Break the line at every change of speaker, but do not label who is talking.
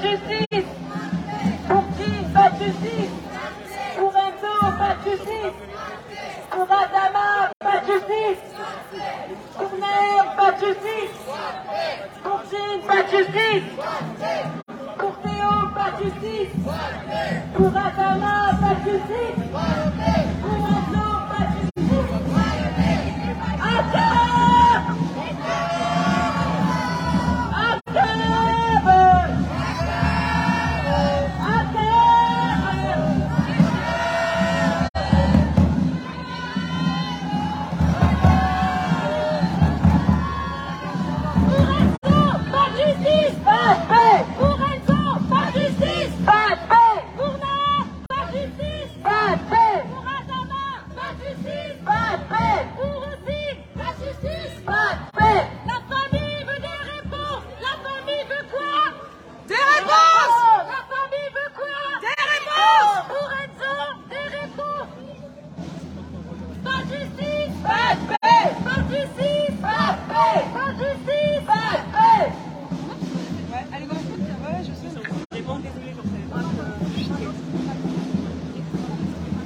justice Pour qui pas de justice Pour un peu, pas de justice Pour Adama, pas de justice Pour Naël, pas de justice Pour Jean, pas de justice Pour Théo, pas de justice Pour Adama,